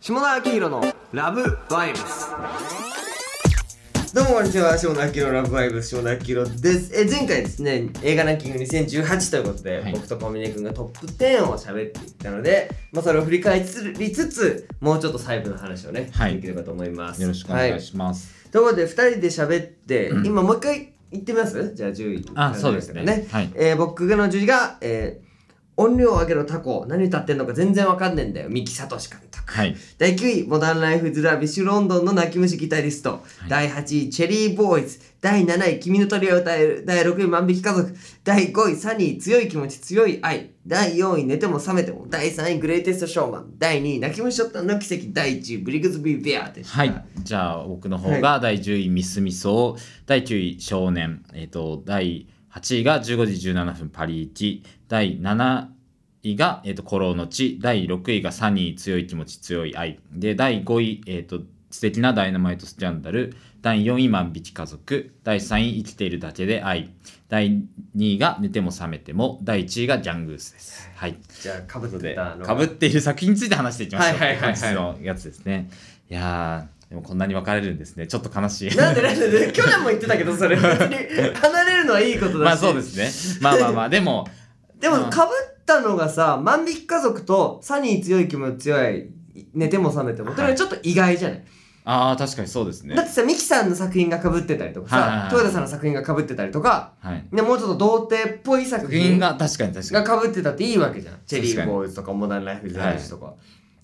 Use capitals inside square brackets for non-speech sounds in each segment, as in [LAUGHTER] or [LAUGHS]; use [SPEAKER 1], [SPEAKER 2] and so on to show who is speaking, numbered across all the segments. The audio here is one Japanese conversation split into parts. [SPEAKER 1] 下田明宏のラブバイブス
[SPEAKER 2] どうもこんにちは、下田明宏ラブファイブ下田明宏です。え、前回ですね、映画ランキング2018ということで、
[SPEAKER 3] はい
[SPEAKER 2] 僕と小峰君がトップ10を喋っていったので、まあそれを振り返りつつ、もうちょっと細部の話をね、
[SPEAKER 3] はい
[SPEAKER 2] できればと思います。
[SPEAKER 3] よろしくお願い
[SPEAKER 2] ま
[SPEAKER 3] します。
[SPEAKER 2] す。ということで、2人で喋って、今もう一回言ってみますじゃあ10位。
[SPEAKER 3] あ、そうですね。。はい。
[SPEAKER 2] えー、僕の10位が、えー音量を上げろタコ何歌ってんのか全然わかんねえんだよ三木聡監督
[SPEAKER 3] はい。
[SPEAKER 2] 第9位、モダンライフズラビッシュロンドンの泣き虫ギタリスト。
[SPEAKER 3] い
[SPEAKER 2] 第8位、チェリーボーイズ。第7位、君の鳥を歌える。第6位、万引き家族。第5位、サニー、強い気持ち、強い愛。第4位、寝ても覚めても。第3位、グレイテストショーマン。第2位、泣き虫ショットの奇跡。第1位、ブリグズビー・ベアでした。
[SPEAKER 3] はい。じゃあ、僕の方が第10位、ミスミソウ。第9位、少年。えっ、と、第8位が15時17分、パリイチ。第7位が、えっ、と、コロの地。第6位がサニー、強い気持ち、強い愛。で、第5位、えっ、と、素敵なダイナマイトスキャンダル。第4位、万引き家族。第3位、生きているだけで愛。第2位が、寝ても覚めても。第1位が、ジャングースです。はい。
[SPEAKER 2] じゃあ、かぶっ
[SPEAKER 3] で
[SPEAKER 2] てたの
[SPEAKER 3] かぶっている作品について話していきましょう。
[SPEAKER 2] はいはいはいはい
[SPEAKER 3] 本日のやつですね。いやー、でもこんなに分かれるんですね。ちょっと悲
[SPEAKER 2] [LAUGHS]
[SPEAKER 3] しい。
[SPEAKER 2] なんでなんでなんで去年も言ってたけど、
[SPEAKER 3] [LAUGHS]
[SPEAKER 2] それ。別に離れるのはいいことだし。
[SPEAKER 3] まあそうですね。まあまあまあ、でも、
[SPEAKER 2] でも
[SPEAKER 3] うん
[SPEAKER 2] かぶったのがさ「万引き家族」と「サニー強い気持ち強い寝ても覚めても」
[SPEAKER 3] はい
[SPEAKER 2] これはちょっと意外じゃない、
[SPEAKER 3] ああ、確かにそうですね
[SPEAKER 2] だっ。てさミキさんの作品がかぶってたりとかさ、
[SPEAKER 3] はいはいはい
[SPEAKER 2] 豊田さんの作品がかぶってたりとか
[SPEAKER 3] はい。
[SPEAKER 2] でもうちょっと童貞っぽい作
[SPEAKER 3] 作品
[SPEAKER 2] 品が
[SPEAKER 3] が確かに確かに。
[SPEAKER 2] かぶってたっていいわけじゃん「チェリ
[SPEAKER 3] 確
[SPEAKER 2] ー
[SPEAKER 3] かに
[SPEAKER 2] ボーイズ」とか「モダンライフ・ズ・ライフ」とか、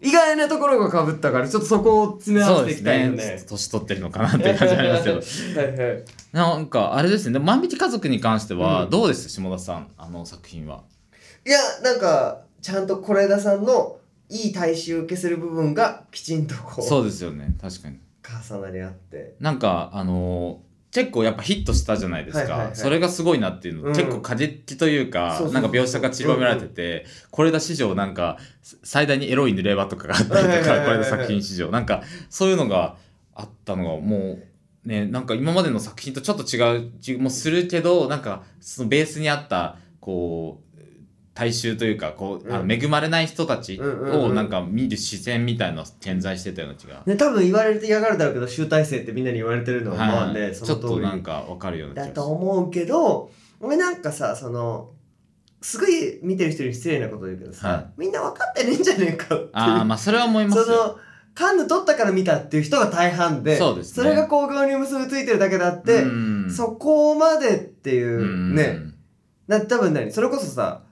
[SPEAKER 2] 意外なところがかぶったからちょっとそこを詰め合
[SPEAKER 3] そ
[SPEAKER 2] わ
[SPEAKER 3] う
[SPEAKER 2] せてい
[SPEAKER 3] です
[SPEAKER 2] きたいよ
[SPEAKER 3] ね。
[SPEAKER 2] ね
[SPEAKER 3] ちょっと年取ってるのかなっていう感じありま
[SPEAKER 2] [LAUGHS]
[SPEAKER 3] すけど。
[SPEAKER 2] はいはい
[SPEAKER 3] なんか、あれですね。でも万引き家族に関しては
[SPEAKER 2] う、ん
[SPEAKER 3] どうです、下田さん、あの作品は。
[SPEAKER 2] いやなんかちゃんと是枝さんのいい大衆受けする部分がきちんとこう
[SPEAKER 3] そうですよね。確かに。
[SPEAKER 2] 重なり合って
[SPEAKER 3] なんかあのー結構やっぱヒットしたじゃないですか、
[SPEAKER 2] はいはいはい
[SPEAKER 3] それがすごいなっていうの、
[SPEAKER 2] うん
[SPEAKER 3] 結構過激というか
[SPEAKER 2] そうそうそう
[SPEAKER 3] なんか描写が散りばめられてて、これだ史上なんか最大にエロい濡れ場とかがあった
[SPEAKER 2] はいはい
[SPEAKER 3] りと
[SPEAKER 2] はいは
[SPEAKER 3] か
[SPEAKER 2] い
[SPEAKER 3] これだ作品史上なんかそういうのがあったのがもうねなんか今までの作品とちょっと違う気もするけどなんかそのベースにあったこう大衆というかこう、あ
[SPEAKER 2] うん
[SPEAKER 3] の恵まれない人たち
[SPEAKER 2] うんうんうん
[SPEAKER 3] をなんか見る視線みたいなのが点在してたような気が。
[SPEAKER 2] ね、多分言われて嫌がるだろうけど集大成ってみんなに言われてるのは
[SPEAKER 3] はい
[SPEAKER 2] まあね、そ
[SPEAKER 3] ちょ
[SPEAKER 2] の
[SPEAKER 3] っ
[SPEAKER 2] 通
[SPEAKER 3] となん
[SPEAKER 2] り
[SPEAKER 3] かわかるような
[SPEAKER 2] だ
[SPEAKER 3] 気が
[SPEAKER 2] と
[SPEAKER 3] する。
[SPEAKER 2] 思うけど俺なんかさそのすごい見てる人に失礼なこと言うけどさ、
[SPEAKER 3] はい
[SPEAKER 2] みんな分かってねえんじゃねえかっていう
[SPEAKER 3] ああ、まあそれは思います
[SPEAKER 2] そ
[SPEAKER 3] よ。
[SPEAKER 2] のカンヌ取ったから見たっていう人が大半で
[SPEAKER 3] そうですね
[SPEAKER 2] れが興行に結びついてるだけだって、
[SPEAKER 3] うん
[SPEAKER 2] そこまでっていううんね、な多分何それこそさ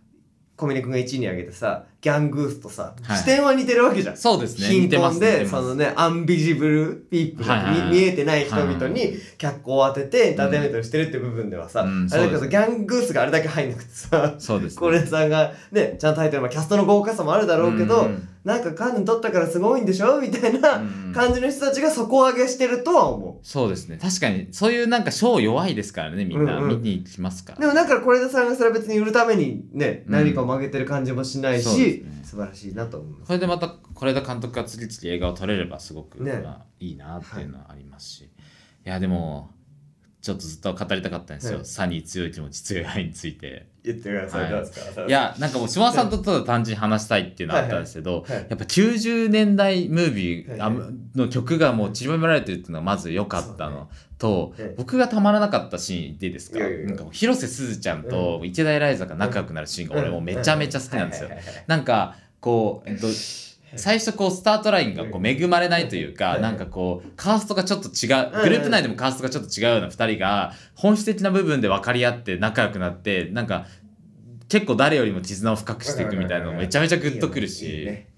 [SPEAKER 2] 小峰君が1位に挙げてさギャングースとさ、
[SPEAKER 3] はい
[SPEAKER 2] 視点は似てるわけじゃん
[SPEAKER 3] そうですね。
[SPEAKER 2] 貧
[SPEAKER 3] 似てま
[SPEAKER 2] 困
[SPEAKER 3] す
[SPEAKER 2] で
[SPEAKER 3] 似て
[SPEAKER 2] そ
[SPEAKER 3] ます
[SPEAKER 2] のねアンビジブルピープル、
[SPEAKER 3] はいはいはい
[SPEAKER 2] 見見えてない人々に脚光を当ててエンターテインメントにしてるって部分ではさ、
[SPEAKER 3] うん
[SPEAKER 2] あれだけ
[SPEAKER 3] そう
[SPEAKER 2] ど
[SPEAKER 3] です
[SPEAKER 2] ギャングースがあれだけ入んなくてさ
[SPEAKER 3] そうですね。
[SPEAKER 2] これさんがねちゃんと入ってるまあキャストの豪華さもあるだろうけど、
[SPEAKER 3] うん
[SPEAKER 2] なんかカンヌ撮ったからすごいんでしょみたいな
[SPEAKER 3] うん
[SPEAKER 2] 感じの人たちが底上げしてるとは思
[SPEAKER 3] そうですね。確かに、そういうなんか賞弱いですからね、みんな。
[SPEAKER 2] うんうん
[SPEAKER 3] 見に行きますか
[SPEAKER 2] うで
[SPEAKER 3] ら。
[SPEAKER 2] もだからこれでさんがそれは別に売るためにね
[SPEAKER 3] うん
[SPEAKER 2] 何かを曲げてる感じもしない
[SPEAKER 3] そうで
[SPEAKER 2] し、
[SPEAKER 3] すね
[SPEAKER 2] 素晴らしいなと思います
[SPEAKER 3] これでまた、これで監督が次々映画を撮れれば、すごく、
[SPEAKER 2] ね
[SPEAKER 3] まあいいなっていうのはありますし。い、や、でも、ちょっとずっと語りたかったんですよ。
[SPEAKER 2] はい
[SPEAKER 3] サニー強い気持ち、強い愛について。
[SPEAKER 2] 言ってくだ
[SPEAKER 3] はい
[SPEAKER 2] どうですか
[SPEAKER 3] いや、なんかもう、島田さんとただ単純に話したいっていうのはあったんですけど、
[SPEAKER 2] はい
[SPEAKER 3] やっぱ90年代ムービ
[SPEAKER 2] はい
[SPEAKER 3] ー
[SPEAKER 2] はい
[SPEAKER 3] あの曲がもう散りばめられてるっていうのがまず良かったのと、
[SPEAKER 2] そうねはい
[SPEAKER 3] 僕がたまらなかったシーンでいいですか
[SPEAKER 2] いやいやいや
[SPEAKER 3] なんかもう広瀬すずちゃんと池田エライザが仲良くなるシーンが俺もうめちゃめちゃ好きなんですよ
[SPEAKER 2] は。いはいはいはい
[SPEAKER 3] なんかこう、えっと、最初こうスタートラインがこう恵まれないという
[SPEAKER 2] は
[SPEAKER 3] か
[SPEAKER 2] い
[SPEAKER 3] なんかこうカーストがちょっと違
[SPEAKER 2] うんうん
[SPEAKER 3] うグループ内でもカーストがちょっと違うような2人が本質的な部分で分かり合って仲良くなってなんか結構誰よりも絆を深くしていくみたいなのめちゃめちゃグッとくる
[SPEAKER 2] いい
[SPEAKER 3] し
[SPEAKER 2] よね。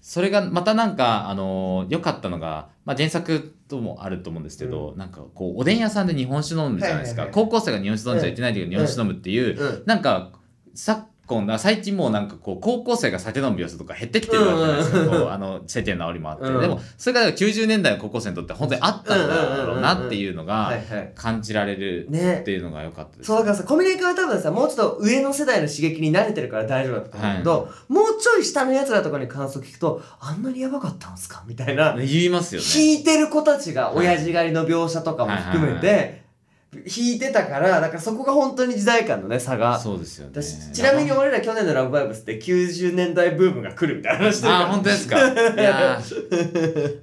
[SPEAKER 3] それがまたなんか、あのー良かったのが、まあ、原作ともあると思うんですけど、なんかこうおでん屋さんで日本酒飲むじゃないですか、
[SPEAKER 2] はいはいはい
[SPEAKER 3] 高校生が日本酒飲んじゃいけないけど日本酒飲むっていう、
[SPEAKER 2] うん
[SPEAKER 3] なんか昨今な最近もうなんかこう高校生が酒飲む要素とか減ってきてるわけじゃないですか、
[SPEAKER 2] うんうんうん
[SPEAKER 3] こうあの世間の煽りもあって、
[SPEAKER 2] うん
[SPEAKER 3] でもそれがだから90年代の高校生にとって本当にあったんだろうなっていうの
[SPEAKER 2] は
[SPEAKER 3] が
[SPEAKER 2] いはい
[SPEAKER 3] 感じられる
[SPEAKER 2] ね
[SPEAKER 3] っていうのが良かったです。
[SPEAKER 2] そうだからさ小峰君は多分さもうちょっと上の世代の刺激に慣れてるから大丈夫だと思うけど、もうちょい下のやつらとかに感想聞くとあんなにやばかったんすかみたいな、
[SPEAKER 3] 言いますよね。
[SPEAKER 2] 聞いてる子たちが親父狩りの描写とかも含めて、
[SPEAKER 3] は
[SPEAKER 2] 弾いてたからなんかそこが本当に時代感のね差が
[SPEAKER 3] そうですよね
[SPEAKER 2] 私ちなみに俺ら去年の「ラブバイブス」って90年代ブームが来るみたいな話してるから
[SPEAKER 3] あー本当ですかい
[SPEAKER 2] [LAUGHS]
[SPEAKER 3] や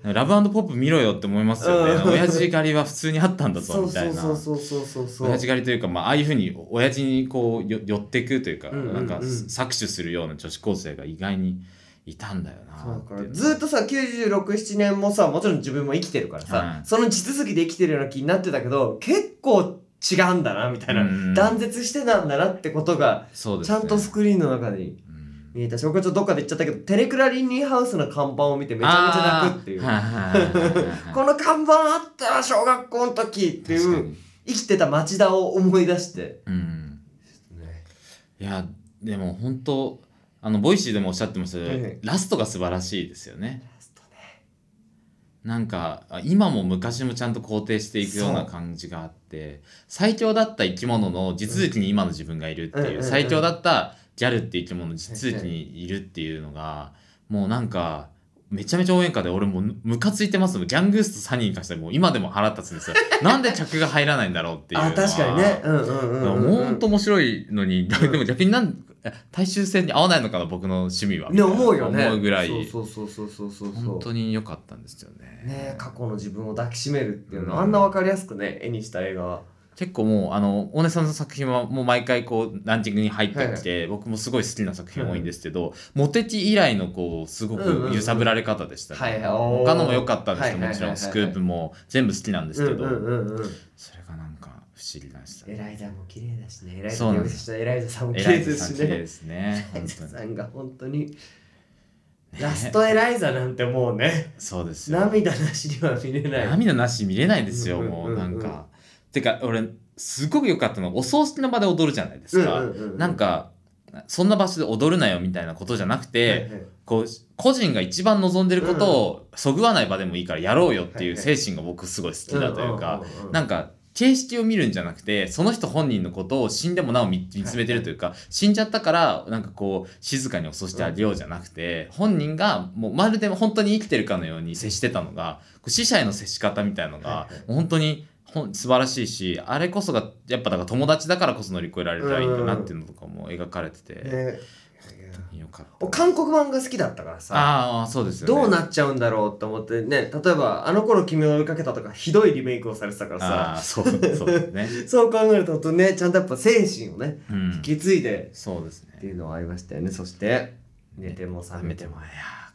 [SPEAKER 3] ーラブポップ見ろよって思いますよね、
[SPEAKER 2] うん
[SPEAKER 3] 親父狩りは普通にあったんだ
[SPEAKER 2] そ
[SPEAKER 3] ぞ
[SPEAKER 2] う
[SPEAKER 3] みた
[SPEAKER 2] そ
[SPEAKER 3] いうな
[SPEAKER 2] そうそうそうそうそう
[SPEAKER 3] 親父狩りというか、まあ、ああいうふうに親父にこうよ寄ってくというか、
[SPEAKER 2] うんうんうん
[SPEAKER 3] なんか搾取するような女子高生が意外にいたんだよ
[SPEAKER 2] そう
[SPEAKER 3] な
[SPEAKER 2] だ
[SPEAKER 3] って
[SPEAKER 2] からずっとさ967年もさもちろん自分も生きてるからさ、
[SPEAKER 3] はい
[SPEAKER 2] その地続きで生きてるような気になってたけど結構違うんだなみたいな、
[SPEAKER 3] うん
[SPEAKER 2] 断絶してたんだなってことが
[SPEAKER 3] そうで
[SPEAKER 2] ち
[SPEAKER 3] すね
[SPEAKER 2] ゃんとスクリーンの中に
[SPEAKER 3] うん
[SPEAKER 2] 見えたし僕はちょっとどっかで言っちゃったけどテレクラリンニーハウスの看板を見てめちゃめちゃ泣くっていう、
[SPEAKER 3] あーはいはいはいはいはい
[SPEAKER 2] [LAUGHS] この看板あったわ小学校の時って
[SPEAKER 3] 確か
[SPEAKER 2] いう
[SPEAKER 3] に
[SPEAKER 2] 生きてた町田を思い出して、
[SPEAKER 3] うんいやでも本当あのボイシーでもおっしゃってましたけど、
[SPEAKER 2] はいはい
[SPEAKER 3] ラストが素晴らしいですよねなんかあ今も昔もちゃんと肯定していくような
[SPEAKER 2] そう
[SPEAKER 3] 感じがあって最強だった生き物の地続きに今の自分がいるって
[SPEAKER 2] うんうんうん
[SPEAKER 3] い
[SPEAKER 2] う
[SPEAKER 3] う、
[SPEAKER 2] ん
[SPEAKER 3] 最強だったギャルっていう生き物の地続きにいるっていうのがもうなんかめちゃめちゃ応援歌で俺もうムカついてますもんギャングースとサニーに関してはもう今でも腹立つんですよなんで客が入らないんだろうっていうの
[SPEAKER 2] あ
[SPEAKER 3] は
[SPEAKER 2] 確かにねうんうんうんうん、うん、
[SPEAKER 3] もっと面白いのに、でも逆になんえ大衆性に合わないのかな僕の趣味は
[SPEAKER 2] ね思うよね
[SPEAKER 3] 思うぐらい
[SPEAKER 2] そうそうそうそうそうそう
[SPEAKER 3] 本当に良かったんですよね
[SPEAKER 2] ね過去の自分を抱きしめるっていうの、
[SPEAKER 3] うん
[SPEAKER 2] あんな分かりやすくね絵にした映画は
[SPEAKER 3] 結構もうあの大根さんの作品はもう毎回こうランキングに入ってきて、僕もすごい好きな作品多いんですけど、モテ期以来のこうすご
[SPEAKER 2] うんうんう
[SPEAKER 3] く
[SPEAKER 2] ん
[SPEAKER 3] 揺さぶられ方でしたね、
[SPEAKER 2] はいはいおー
[SPEAKER 3] 他のも良かったんですけど、
[SPEAKER 2] はいはいはいはい
[SPEAKER 3] もちろんスクープも全部好きなんですけど、
[SPEAKER 2] うんうんうんうん
[SPEAKER 3] それがなんか不思議でした
[SPEAKER 2] エ
[SPEAKER 3] ね
[SPEAKER 2] ライザも綺麗だしねエライ
[SPEAKER 3] そ
[SPEAKER 2] ザ
[SPEAKER 3] うなん
[SPEAKER 2] で
[SPEAKER 3] です
[SPEAKER 2] したエライザさんも
[SPEAKER 3] エ
[SPEAKER 2] 綺
[SPEAKER 3] ラ
[SPEAKER 2] 麗
[SPEAKER 3] イ
[SPEAKER 2] で
[SPEAKER 3] ザさ
[SPEAKER 2] す
[SPEAKER 3] ん
[SPEAKER 2] し
[SPEAKER 3] 綺麗
[SPEAKER 2] ね
[SPEAKER 3] です
[SPEAKER 2] [LAUGHS] エ
[SPEAKER 3] ね
[SPEAKER 2] ライ
[SPEAKER 3] 本
[SPEAKER 2] ザ
[SPEAKER 3] 当
[SPEAKER 2] さ
[SPEAKER 3] に
[SPEAKER 2] んが本当にラストエライザなんてもうね
[SPEAKER 3] そうですよ
[SPEAKER 2] 涙なしには見れない
[SPEAKER 3] 涙なし見れないですよ、
[SPEAKER 2] うんうんうん
[SPEAKER 3] も
[SPEAKER 2] うん
[SPEAKER 3] うなんか。てか俺すごく良かったのがお葬式の場で踊るじゃないですか、
[SPEAKER 2] うんうんうんうん
[SPEAKER 3] なんかそんな場所で踊るなよみたいなことじゃなくて、こう個人が一番望んでることをそぐわない場でもいいからやろうよっていう精神が僕すごい好きだというか、なんか形式を見るんじゃなくてその人本人のことを死んでもなお見見つめてるというか、死んじゃったからなんかこう静かに襲してあげようじゃなくて、本人がもうまるで本当に生きてるかのように接してたのがこう死者への接し方みたいのが
[SPEAKER 2] はいはい
[SPEAKER 3] 本当にほん素晴らしいしあれこそがやっぱだから友達だからこそ乗り越えられるラインだなっていうのとかも描かれて
[SPEAKER 2] ね
[SPEAKER 3] て、
[SPEAKER 2] いや
[SPEAKER 3] よかった
[SPEAKER 2] お。韓国版が好きだったからさ
[SPEAKER 3] ああそうですよね。
[SPEAKER 2] どうなっちゃうんだろうと思ってね例えば「あの頃君を追いかけた」とかひどいリメイクをされてたからさ
[SPEAKER 3] ああそうそうですね、
[SPEAKER 2] そう考えるとねちゃんとやっぱ精神をね
[SPEAKER 3] うん
[SPEAKER 2] 引き継いで
[SPEAKER 3] そうです
[SPEAKER 2] ってい
[SPEAKER 3] ね
[SPEAKER 2] うのはありましたよねそして寝ても覚
[SPEAKER 3] 冷
[SPEAKER 2] め
[SPEAKER 3] め
[SPEAKER 2] て
[SPEAKER 3] て
[SPEAKER 2] も
[SPEAKER 3] もいや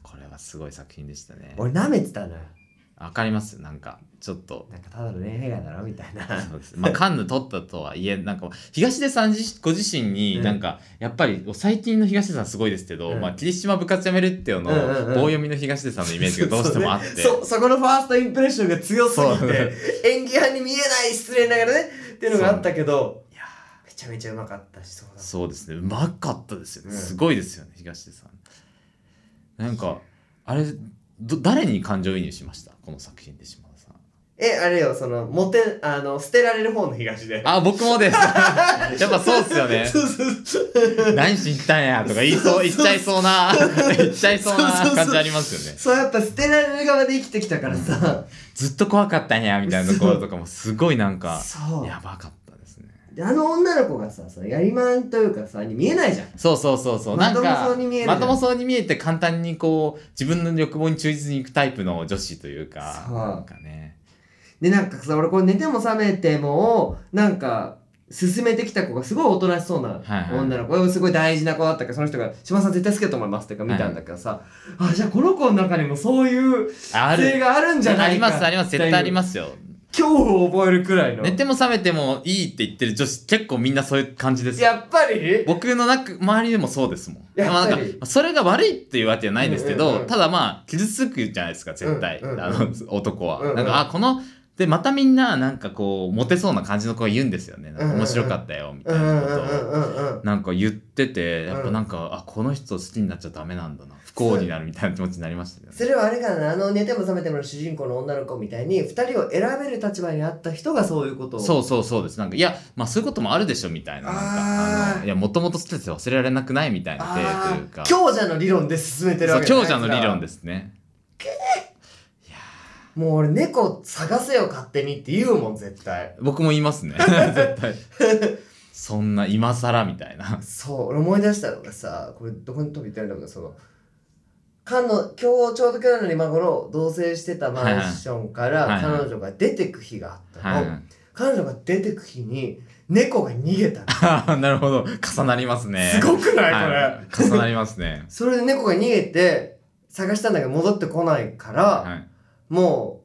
[SPEAKER 3] ーこれはすごい作品でしたね
[SPEAKER 2] 俺舐めてたな
[SPEAKER 3] わかりますなんかちょっと
[SPEAKER 2] なんかただの恋愛映画だろみたいな
[SPEAKER 3] そうですまあカンヌ取ったとはいえなんか東出さん自ご自身
[SPEAKER 2] う
[SPEAKER 3] に
[SPEAKER 2] ん
[SPEAKER 3] なんか、やっぱり最近の東出さんすごいですけど、
[SPEAKER 2] うん
[SPEAKER 3] まあ霧島部活やめるっていうのを
[SPEAKER 2] うんうん
[SPEAKER 3] 棒
[SPEAKER 2] うん
[SPEAKER 3] 読みの東出さんのイメージがどうしてもあって
[SPEAKER 2] そうそこのファーストインプレッションが強すぎ
[SPEAKER 3] そう
[SPEAKER 2] て演技派に見えない失礼ながらねっていうのがあったけどいやーめちゃめちゃうまかったしそうだ
[SPEAKER 3] そうですねうまかったですよね、
[SPEAKER 2] うん
[SPEAKER 3] すごいですよね東出さんなんかあれど誰に感情移入しましたこの作品で島田さん
[SPEAKER 2] えあれよそのモテあの捨てられる方の東で
[SPEAKER 3] あ、僕
[SPEAKER 2] [LAUGHS]
[SPEAKER 3] もです。やっぱそうっすよね。
[SPEAKER 2] そうそうそう
[SPEAKER 3] 何しに行ったんやとか言いそう、言っちゃいそうな、言っちゃいそうな感じありますよね。
[SPEAKER 2] そうやっぱ捨てられる側で生きてきたからさ
[SPEAKER 3] ずっと怖かったんや、みたいなところとかもすごいなんか、
[SPEAKER 2] そう
[SPEAKER 3] やばかったですね。
[SPEAKER 2] であの女の子がさそのやりまんというかさに見えないじゃん
[SPEAKER 3] そうそうそうそう。
[SPEAKER 2] ま
[SPEAKER 3] な
[SPEAKER 2] と
[SPEAKER 3] ん
[SPEAKER 2] もそ
[SPEAKER 3] か
[SPEAKER 2] うに見える、じゃ
[SPEAKER 3] ま
[SPEAKER 2] ん
[SPEAKER 3] ともそうに見えて簡単にこう、自分の欲望に忠実に行くタイプの女子というか、
[SPEAKER 2] そう
[SPEAKER 3] なんかね。
[SPEAKER 2] でなんかさ俺こう寝ても覚めてもなんか進めてきた子がすごいおとなしそうな
[SPEAKER 3] はいはい
[SPEAKER 2] 女の子、すごい大事な子だったからその人が「島さん絶対好きだと思います」ってか見たんだけどさ、あじゃあこの子の中にもそういう
[SPEAKER 3] あ
[SPEAKER 2] 性
[SPEAKER 3] る。
[SPEAKER 2] があるんじゃ
[SPEAKER 3] あ
[SPEAKER 2] ない
[SPEAKER 3] り
[SPEAKER 2] か
[SPEAKER 3] ます、あります。絶対ありますすよ。
[SPEAKER 2] 恐怖を覚えるくらいの
[SPEAKER 3] 寝ても覚めてもいいって言ってる女子、結構みんなそういう感じですよ
[SPEAKER 2] やっぱり
[SPEAKER 3] [LAUGHS] 僕の中周りでもそうですもん。
[SPEAKER 2] やっ
[SPEAKER 3] まあ
[SPEAKER 2] ぱり
[SPEAKER 3] なんかそれが悪いっていうわけじゃないですけど、
[SPEAKER 2] うんうんうん
[SPEAKER 3] ただまあ傷つくじゃないですか絶対、
[SPEAKER 2] うんうんうん
[SPEAKER 3] あの男は。
[SPEAKER 2] うんうん
[SPEAKER 3] なんかあこのでまたみんななんかこうモテそうな感じの子が言うんですよね。
[SPEAKER 2] うん
[SPEAKER 3] なんか
[SPEAKER 2] うんうん
[SPEAKER 3] 面白かったよみた
[SPEAKER 2] う
[SPEAKER 3] い
[SPEAKER 2] んうん
[SPEAKER 3] な
[SPEAKER 2] う
[SPEAKER 3] ことを。
[SPEAKER 2] んうんうん
[SPEAKER 3] なんか言っててやっぱなんか、あこの人好きになっちゃダメなんだな不幸になるみたいな気持ちになりましたよね。
[SPEAKER 2] それはあれかなあの寝ても覚めてもの主人公の女の子みたいに2人を選べる立場にあった人がそういうことを
[SPEAKER 3] そうそうそうですなんかいやまあそういうこともあるでしょみたいななんか
[SPEAKER 2] あ
[SPEAKER 3] あ
[SPEAKER 2] ー
[SPEAKER 3] のいやもともと好きてて忘れられなくないみたいな例
[SPEAKER 2] あ
[SPEAKER 3] という
[SPEAKER 2] ー
[SPEAKER 3] か
[SPEAKER 2] 強者の理論で進めてるわけ
[SPEAKER 3] そう強者の理論
[SPEAKER 2] で
[SPEAKER 3] ですね。
[SPEAKER 2] もう俺猫探せよ勝手にって言うもん絶対
[SPEAKER 3] 僕も言いま
[SPEAKER 2] [LAUGHS]
[SPEAKER 3] すね絶対そんな今更みたいな
[SPEAKER 2] そう俺思い出したのがさこれどこに飛びたいんだろうなその彼の今日ちょうど去年の今頃同棲してたマンションから
[SPEAKER 3] はいはい
[SPEAKER 2] 彼女が出てく日があったの、
[SPEAKER 3] はい
[SPEAKER 2] 彼女が出てく日に猫が逃げたの
[SPEAKER 3] あー [LAUGHS] なるほど重なりますね
[SPEAKER 2] すごくないこれ、
[SPEAKER 3] はい、重なりま
[SPEAKER 2] [LAUGHS]
[SPEAKER 3] すね
[SPEAKER 2] それで猫が逃げて探したんだけど戻ってこないから、
[SPEAKER 3] は
[SPEAKER 2] も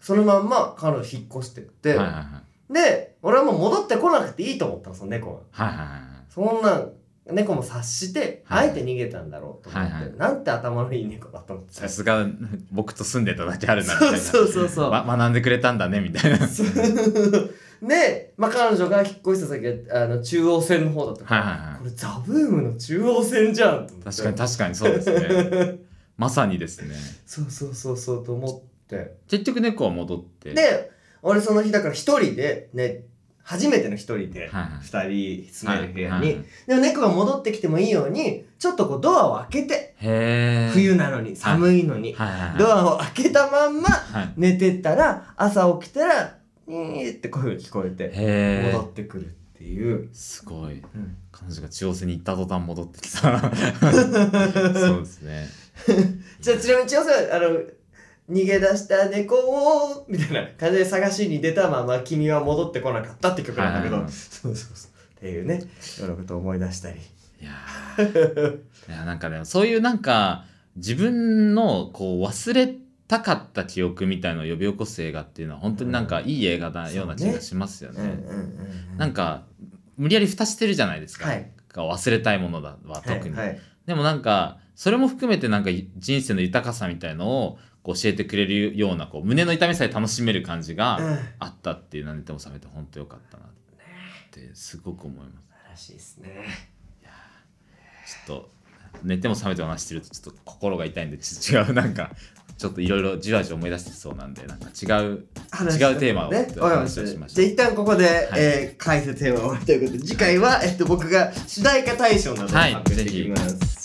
[SPEAKER 2] うそのまんま彼女引っ越してっ
[SPEAKER 3] い
[SPEAKER 2] て、
[SPEAKER 3] はいはいはい
[SPEAKER 2] で俺はもう戻ってこなくていいと思ったのその猫が
[SPEAKER 3] はいはい
[SPEAKER 2] そんなん猫も察して、
[SPEAKER 3] はい
[SPEAKER 2] あえて逃げたんだろうと思って、
[SPEAKER 3] はいはい
[SPEAKER 2] なんて頭のいい猫だと思って
[SPEAKER 3] さすが僕と住んでただけあるなみたい
[SPEAKER 2] そうそう
[SPEAKER 3] な
[SPEAKER 2] そうそう、
[SPEAKER 3] ま、学んでくれたんだねみたいなはい
[SPEAKER 2] [LAUGHS] で、まあ、彼女が引っ越した先があの中央線の方だったから、
[SPEAKER 3] はいは
[SPEAKER 2] これザブームの中央線じゃんと思
[SPEAKER 3] い
[SPEAKER 2] って
[SPEAKER 3] 確かに確かにそうですね
[SPEAKER 2] [LAUGHS]
[SPEAKER 3] まさにですね
[SPEAKER 2] そうそうそうそうと思って
[SPEAKER 3] 結局猫は戻って
[SPEAKER 2] で俺その日だから一人でね初めての一人で
[SPEAKER 3] はいはい
[SPEAKER 2] 二人住める部屋に、
[SPEAKER 3] はいはい
[SPEAKER 2] でも猫が戻ってきてもいいようにちょっとこうドアを開けて、
[SPEAKER 3] へえ
[SPEAKER 2] 冬なのに寒いのに、
[SPEAKER 3] はいはいはい
[SPEAKER 2] ドアを開けたまんま
[SPEAKER 3] はい
[SPEAKER 2] 寝てたら朝起きたら「えー」って声が聞こえて
[SPEAKER 3] へ
[SPEAKER 2] 戻
[SPEAKER 3] え
[SPEAKER 2] ってくるっていう、
[SPEAKER 3] すごい
[SPEAKER 2] うん
[SPEAKER 3] 彼女が中央線に行った途端戻ってき
[SPEAKER 2] [LAUGHS]
[SPEAKER 3] たそうですね
[SPEAKER 2] じゃあちなみに千代さんあの逃げ出した猫をみたいな感じで探しに出たまま「君は戻ってこなかった」って曲なんだけど、
[SPEAKER 3] はいはいはい
[SPEAKER 2] そうそうそうっていうねようなことを思い出したり
[SPEAKER 3] いやーいやなんかでもそういうなんか自分のこう忘れたかった記憶みたいのを呼び起こす映画っていうのは本当になんかいい映画なような気がしますよね。
[SPEAKER 2] か
[SPEAKER 3] なんか無理やり蓋してるじゃないですか、
[SPEAKER 2] はい
[SPEAKER 3] が忘れたいものだは特に、
[SPEAKER 2] はいはい
[SPEAKER 3] でもなんかそれも含めてなんか人生の豊かさみたいのをこう教えてくれるようなこう胸の痛みさえ楽しめる感じ
[SPEAKER 2] うん
[SPEAKER 3] があったっていう何でも覚めて本当よかったなってすごく思います。
[SPEAKER 2] 素晴らしいですね
[SPEAKER 3] ちょっと寝ても覚めても話してるとちょっと心が痛いんでち違うなんかちょっといろいろじわじわ思い出してきそうなんでなんか違う違うテーマを
[SPEAKER 2] ねわかりました
[SPEAKER 3] 話をしました
[SPEAKER 2] じゃあ一旦ここで、えー解説テーマを終わりということで次回は、えっと、僕が主題歌大賞などを
[SPEAKER 3] はい
[SPEAKER 2] 発表していきます、